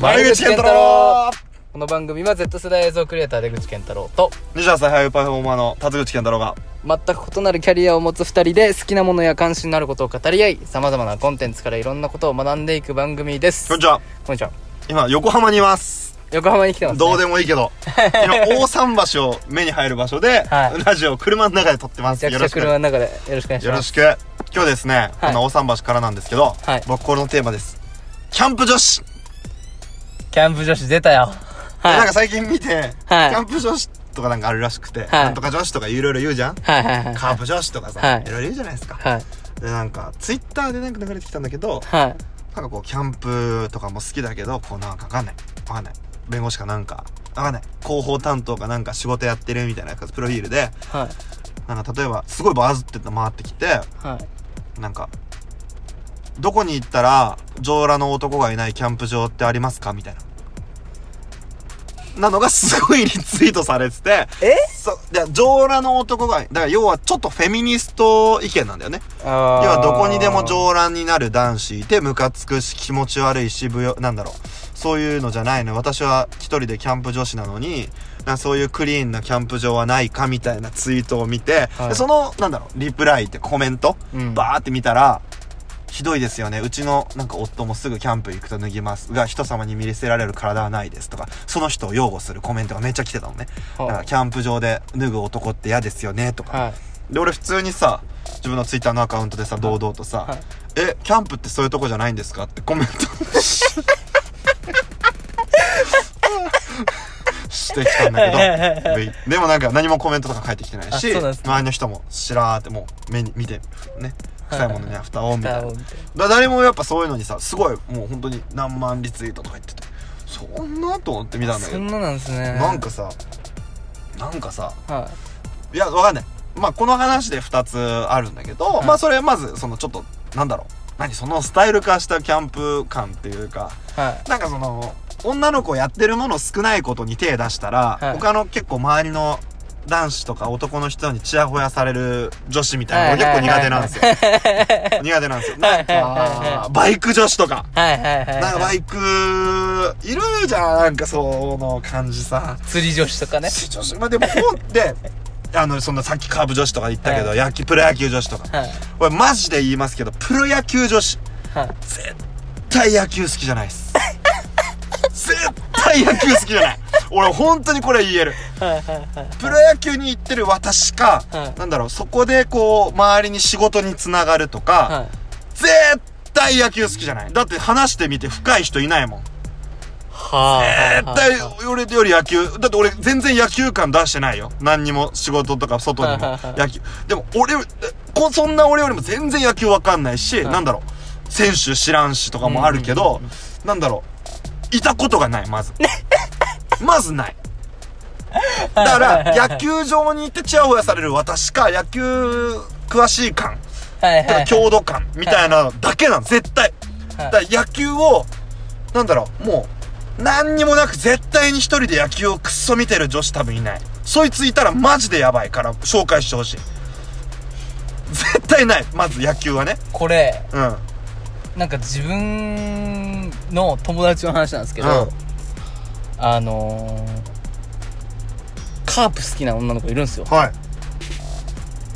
前口健太郎この番組は Z 世代映像クリエイター出口健太郎と28歳俳優パフォーマーの辰口健太郎が全く異なるキャリアを持つ2人で好きなものや関心のあることを語り合いさまざまなコンテンツからいろんなことを学んでいく番組ですこんにちはこんにちは今横浜にいます横浜に来てます、ね、どうでもいい けど今大桟橋を目に入る場所で、はいラジオを車の中で撮ってますめちゃよくろちしゃく車よの中でよろしくお願いしまろすしく今日ですね、この大桟橋からなんですけど、はい僕このテーマですキャンプ女子、キャンプ女子出たよはいなんか最近見て、はいキャンプ女子とかなんかあるらしくて、いなんとか女子とかいろいろ言うじゃん、はいはいはいカープ女子とかさ、はいい、ろいろ言うじゃないですか、はいでなんかツイッターでなんか流れてきたんだけどはいなんかこうキャンプとかも好きだけどこうなんかわかんないわかんない弁護士かなんかわかんない広報担当かなんか仕事やってるみたいなプロフィールではいなんか例えばすごいバズってて回ってきてはいなんかどこに行ったら上裸の男がいないキャンプ場ってありますかみたいななのがすごいリツイートされててえそうで上裸の男がだから要はちょっとフェミニスト意見なんだよね要要はどこにでも上乱になる男子いてムカつくし気持ち悪いしぶよなんだろうそういうのじゃないの私は一人でキャンプ女子なのになんかそういうクリーンなキャンプ場はないかみたいなツイートを見て、はいでそのなんだろうリプライってコメント、うんバーって見たらひどいですよねうちのなんか夫もすぐキャンプ行くと脱ぎますが人様に見せられる体はないですとかその人を擁護するコメントがめっちゃ来てたのねだはからキャンプ場で脱ぐ男って嫌ですよねとか、はいで俺普通にさ自分のツイッターのアカウントでさ堂々とさ「はいえキャンプってそういうとこじゃないんですか?」ってコメントしてきたんだはいはいけどででもなんか何もコメントとか返ってきてないあしそうなんですね周りの人もしらーってもう目に見てね臭いものには蓋をみたいなはいだ誰もやっぱそういうのにさすごいもう本当に何万リツイートとか言っててそんなと思って見たんだけそどんななんですねなんかさなんかさはいやわかんないまあこの話で2つあるんだけど、いまあそれはまずそのちょっとなんだろう何そのスタイル化したキャンプ感っていうかいはいなんかその女の子やってるもの少ないことに手出したら、はい他の結構周りの男子とか男の人にチヤホヤされる女子みたいなのが結構苦手なんですよ。 苦手なんですよ。なんはいはいはいはか、バイク女子とか。はいはいはいなんかはバいイク、いるじゃん、なんかその感じさ。釣り女子と かね女子まあでも本って あのそんなさっきカーブ女子とか言ったけど、はい野球プロ野球女子とかはい俺マジで言いますけどプロ野球女子はい絶対野球好きじゃないです 絶対野球好きじゃない俺本当にこれ言えるはいはいはいプロ野球に行ってる私か、はいなんだろうそこでこう周りに仕事につながるとか、はい絶対野球好きじゃないだって話してみて深い人いないもんは絶対俺より野球だって俺全然野球感出してないよ何にも仕事とか外に も野球でも俺よりこそんな俺よりも全然野球わかんないし、はいなんだろう選手知らんしとかもあるけど、なんだろういたことがないま ずまずないだから野球場に行ってチヤホヤされる私か野球詳しい感はいだかはらい強度感みたいなのだけなの絶対はいだから野球をなんだろうもう何にもなく絶対に一人で野球をくっそ見てる女子多分いないそいついたらマジでやばいから紹介してほしい絶対ないまず野球はねこれうんなんか自分の友達の話なんですけど、うんあのー、カープ好きな女の子いるんですよは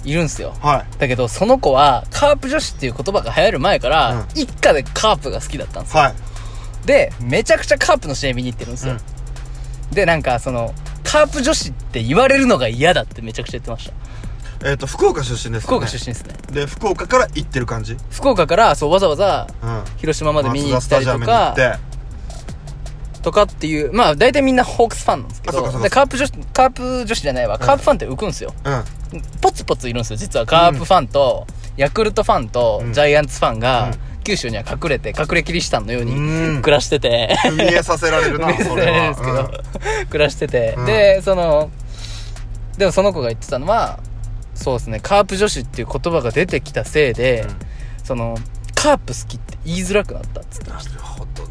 いいるんですよはいだけどその子はカープ女子っていう言葉が流行る前から、う一家でカープが好きだったんですよはいでめちゃくちゃカープの試合見に行ってるんですよ、でなんかそのカープ女子って言われるのが嫌だってめちゃくちゃ言ってましたえっ、と福岡出身です福よね、岡出身ですね身で福岡から行ってる感じうん福岡からそうわざわざ広島まで見に行ったりとマツかダスタジアムに行ってとかっていうまあ大体みんなホークスファンなんですけあそうかどそうかでカープ女子カープ女子じゃないわカープファンって浮くんですよ、うんポツポツいるんですよ実はカープファンと、ヤクルトファンと、うんジャイアンツファンが、うん九州には隠れて隠れキリシタンのよううにん暮らして て、見えさせられるな見せらそれれるんはですけど、 うん暮らしてて、うんでそのでもその子が言ってたのはそうですねカープ女子っていう言葉が出てきたせいで、そのカープ好きって言いづらくなったっつってなるほどね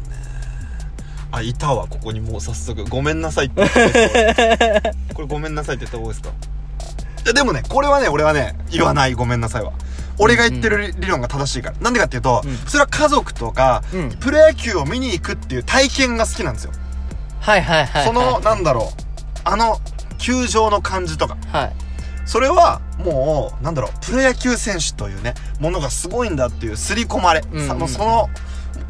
あいたわここにもう早速ごめんなさいって言って たこれごめんなさいって言った方がいいですかいやでもねこれはね俺はね言わないごめんなさいは俺が言ってる理論が正しいから。なんでかっていうとうん、それは家族とかうん、プロ野球を見に行くっていう体験が好きなんですよ。はいはいはいはいその、なんだろう、あの、球場の感じとか。はいそれは、もう、なんだろう、プロ野球選手というね、ものがすごいんだっていう、刷り込まれ。うんうんさもうその、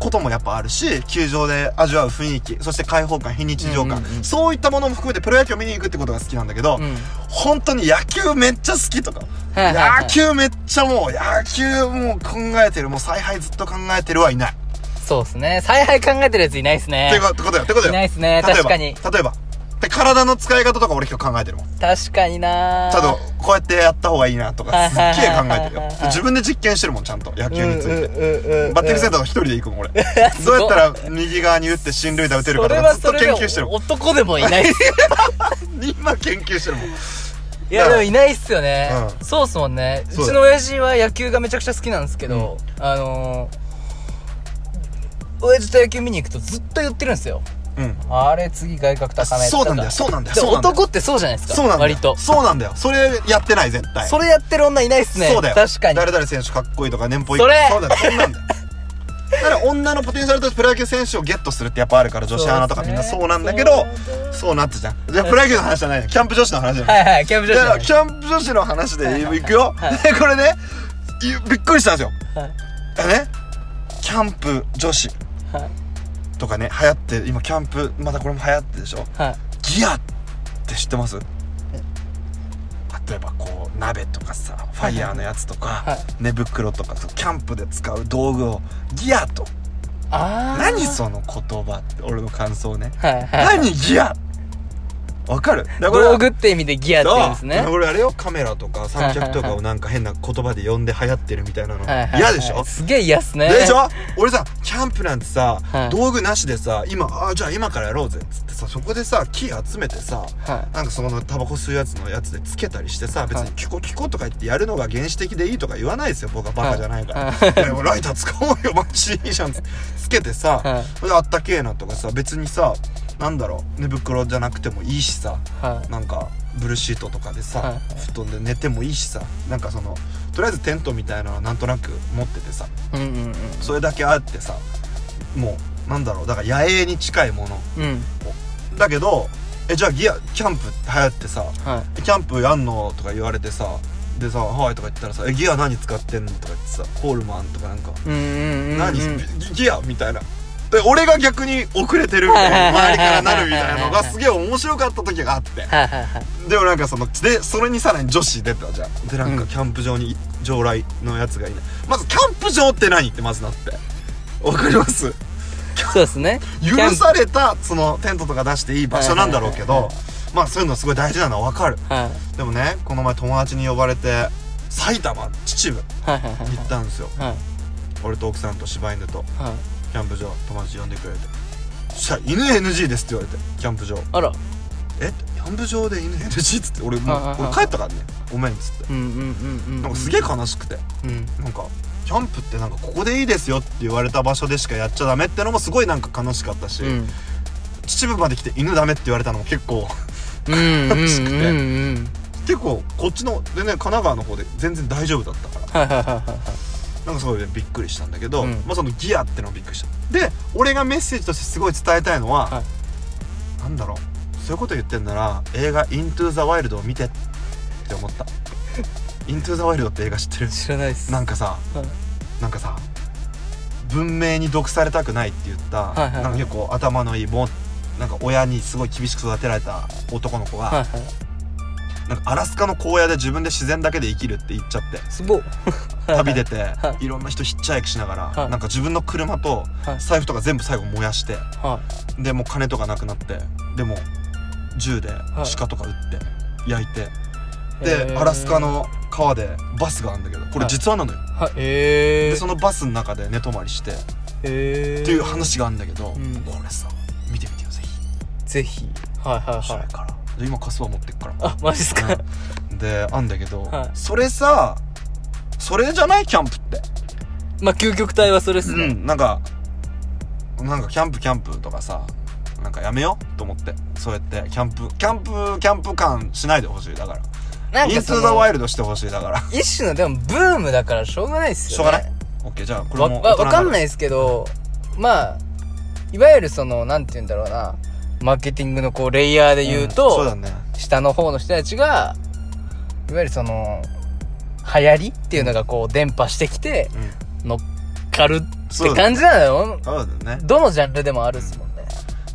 こともやっぱあるし、球場で味わう雰囲気、そして開放感、非日常感、うんうんうんそういったものも含めてプロ野球を見に行くってことが好きなんだけど、うん本当に野球めっちゃ好きとか、はいはいはい野球めっちゃもう、野球もう考えてる、もう采配ずっと考えてるはいない。そうですね采配考えてるやついないですねっていうことだよ、ってこといだなよ。いですね例え確ば、かに例えば。で、体の使い方とか俺今日考えてるもん。確かになちゃんとこうやってやった方がいいなとはかいすっはいげえ考はいえてるよはいはいはい自分で実験してるもんちゃんと野球についててバッティングセタンターの一人で行くもん 俺どうやったら右側に打って進塁打打てるかとかずっと研究してるもん男でもいないっ す今研究してるもんいやでもいないっすよねうそうっすもんねうそうちの親父は野球がめちゃくちゃ好きなんですけどあのー親父と野球見に行くとずっと言ってるんですようんあれ次外角高めそうなんとだかよそうなんだよでもそうなんだよ男ってそうじゃないですかそうなんだ割よとそうなんだよそれやってない絶対それやってる女いないっすねそうだよ確かに誰々選手かっこいいとか年俸いいそれそうだよそん なんだよだから女のポテンシャルとしてプロ野球選手をゲットするってやっぱあるから女子アナとかみんなそうなんだけどそうですねそうなってじゃんじゃあプロ野球の話じゃないよキャンプ女子の話じゃないはいはいキャンプじゃあ場キャンプ女子の話でいくよ、はいはいでこれねいびっくりしたんですよはいあねキャンプ女子はいとかね流行って今キャンプまたこれも流行ってるでしょはいギアって知ってます例えばこう鍋とかさファイヤーのやつとか、はい寝袋とかそうキャンプで使う道具をギアとああ何その言葉って俺の感想ねはいはい何ギアわかるだから道具って意味でギアって言うんですねそう俺あれよカメラとか三は脚といはいかはをなんか変な言葉で呼んで流行ってるみたいなのはいはいはい嫌でしょすげえ嫌っすねでしょ俺さキャンプなんてさ、はい道具なしでさ今あーじゃあ今からやろうぜっつってさそこでさ木集めてさはなんかそのタバコ吸うやつのやつでつけたりしてさ別はにいキコキコとか言ってやるのが原始的でいいとか言わないですよ僕はバカじゃないから、はいいやでもライター使おうよマジでいいじゃんつつけてさ、はいであったけえなとかさ別にさなんだろう寝袋じゃなくてもいいしさはなんかブルーシートとかでさ、はい布団で寝てもいいしさなんかそのとりあえずテントみたいなのはなんとなく持っててさいうんうんそれだけあってさもうなんだろうだから野営に近いものうんうんだけどえじゃあギアキャンプ流行ってさはい「キャンプやんの?」とか言われてさでさ「はい」とか言ったらさ「えギア何使ってんの?」とか言ってさ「ホールマン」とかなんかうんうんうんう「ん何ギギア?」みたいな。で俺が逆に遅れてるみたい なはいはいはい周りからなるみたいなのはがいはいすげえ面白かった時があってはいはいはいでもなんかそのでそれにさらに女子出たじゃんでなんうかんキャンプ場に常来のやつがいないまずキャンプ場って何ってまずなってわかりますそうですね許されたそのテントとか出していい場所なんだろうけはいはどまあそういうのすごい大事なのはわかるはいでもねこの前友達に呼ばれて埼玉秩父はいはいはい行ったんですよはい俺と奥さんと柴犬とはいキャンプ場友達呼んでくれてそしたら犬 NG ですって言われてキャンプ場あらえキャンプ場で犬 NG っつって俺もはいはいうはい俺帰ったからねごめんっつってうんうんうんうんなんかすげえ悲しくてうんなんかキャンプってなんかここでいいですよって言われた場所でしかやっちゃダメってのもすごいなんか悲しかったし、うん秩父まで来て犬ダメって言われたのも結構 うんうん悲しくうてんうん結構こっちのでね神奈川の方で全然大丈夫だったからはいはいはいはいはいなんかすごいびっくりしたんだけど、うんまあそのギアってのもびっくりしたで俺がメッセージとしてすごい伝えたいのは、はなんだろうそういうこと言ってんなら映画「イントゥ・ザ・ワイルド」を見てって 思った「イントゥ・ザ・ワイルド」って映画知ってる知らないっすなんかかさはいなんかさ文明に毒されたくないって言った、いはいはいなんか結構頭のいいもうなんか親にすごい厳しく育てられた男の子が、はいはいなんかアラスカの荒野で自分で自然だけで生きるって言っちゃってすごっ旅出て、、はいろんな人ヒッチハイクしながら、はいなんか自分の車とはい財布とか全部最後燃やしてはでもう金とかなくなってでも銃でい鹿とか撃って焼いて、いへでーアラスカの川でバスがあるんだけどこれ実話なのよ、はいえでえそのバスの中で寝泊まりしてっええていう話があるんだけど、うんこれさ見てみてよぜひぜひはいはい面白はいいからで今カスワ持ってっから あマジっすかうんであんだけど、はいそれさそれじゃないキャンプってまあ究極体はそれっすうねんなんかなんかキャンプキャンプとかさなんかやめようと思ってそうやってキャンプキャンプキャンプ感しないでほしいだからなんインかトそゥーザのワイルドしてほしいだから。一種のでもブームだからしょうがないっすよ、ね、しょうがないオッケー、じゃあ、これわも。わわかんないい。ですけどまあいわゆるそのなんて言うんだろうなマーケティングのこうレイヤーで言うと、んそうだね。下の方の人たちがいわゆるその流行りっていうのがこう伝播してきてうん。乗っかるっそてうだ感ねじなのよそうだね。どのジャンルでもあるっすもんね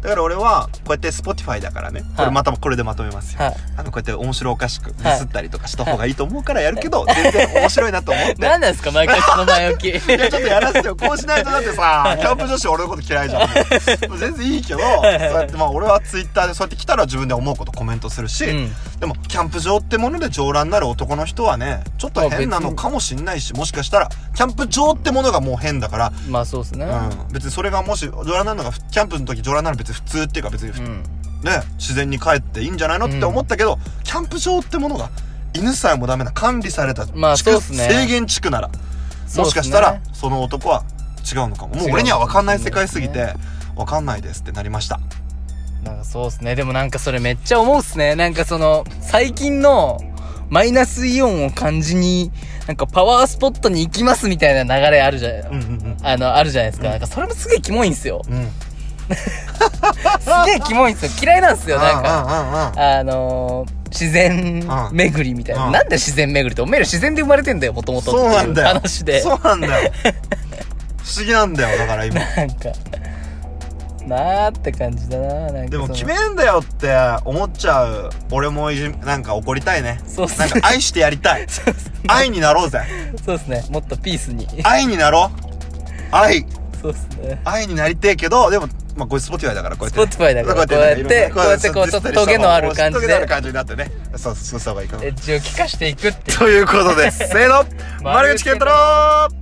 だから俺は、こうやって Spotify だからね。これまた、これでまとめますよ。はいあの、こうやって面白おかしく、ミスったりとかした方がいいと思うからやるけど、全然面白いなと思って。何なんですか毎回その前置きいや、ちょっとやらせてよ。こうしないとだ ってさ、キャンプ女子俺のこと嫌い じゃん。もう全然いいけど、そうやって、まあ俺はツイッターでそうやって来たら自分で思うことコメントするし、うんでも、キャンプ場ってもので上乱なる男の人はね、ちょっと変なのかもしんないし、もしかしたら、キャンプ場ってものがもう変だから、まあそうですねうん、別にそれがもし、上乱なるのが、キャンプの時上乱なるの別に普通っていうか別に、うんね、自然に帰っていいんじゃないのって思ったけど、キャンプ場ってものが、犬さえもダメな管理された地区、まあそうっすね制限地区なら、そうっすねもしかしたらその男は違うのかももう俺には分かんない世界すぎ違うて分かんないですってなりましたなんかそうっすねでもなんかそれめっちゃ思うっすねなんかその最近のマイナスイオンを感じになんかパワースポットに行きますみたいな流れあるじゃない、うんうんあのあるじゃないですか、なんかそれもすげえキモいん すようんうんすげえキモいんすよ嫌いなんすよなんかかあのー、自然うん巡りみたいな、うんなんで自然巡りっておめえら自然で生まれてんだよもともとそうなんだよ話でそうなんだ よ不思議なんだよだから今なんかなーって感じだななんかでもその決めんだよって思っちゃう俺もいじなんか怒りたいねそうっすなんねか愛してやりたい そうっすね愛になろうぜそうっすねもっとピースに愛になろう愛そうっすね愛になりてえけどでもまあこれスポティファイだからこうやってね、 Spotify だからこうやってこうやってこうちょっとトゲのある感じでトゲのある感じになってねそうそうそうした方がいいかなエッジを効かしていくっていうということで、せーの、 丸丸口口健太健太郎郎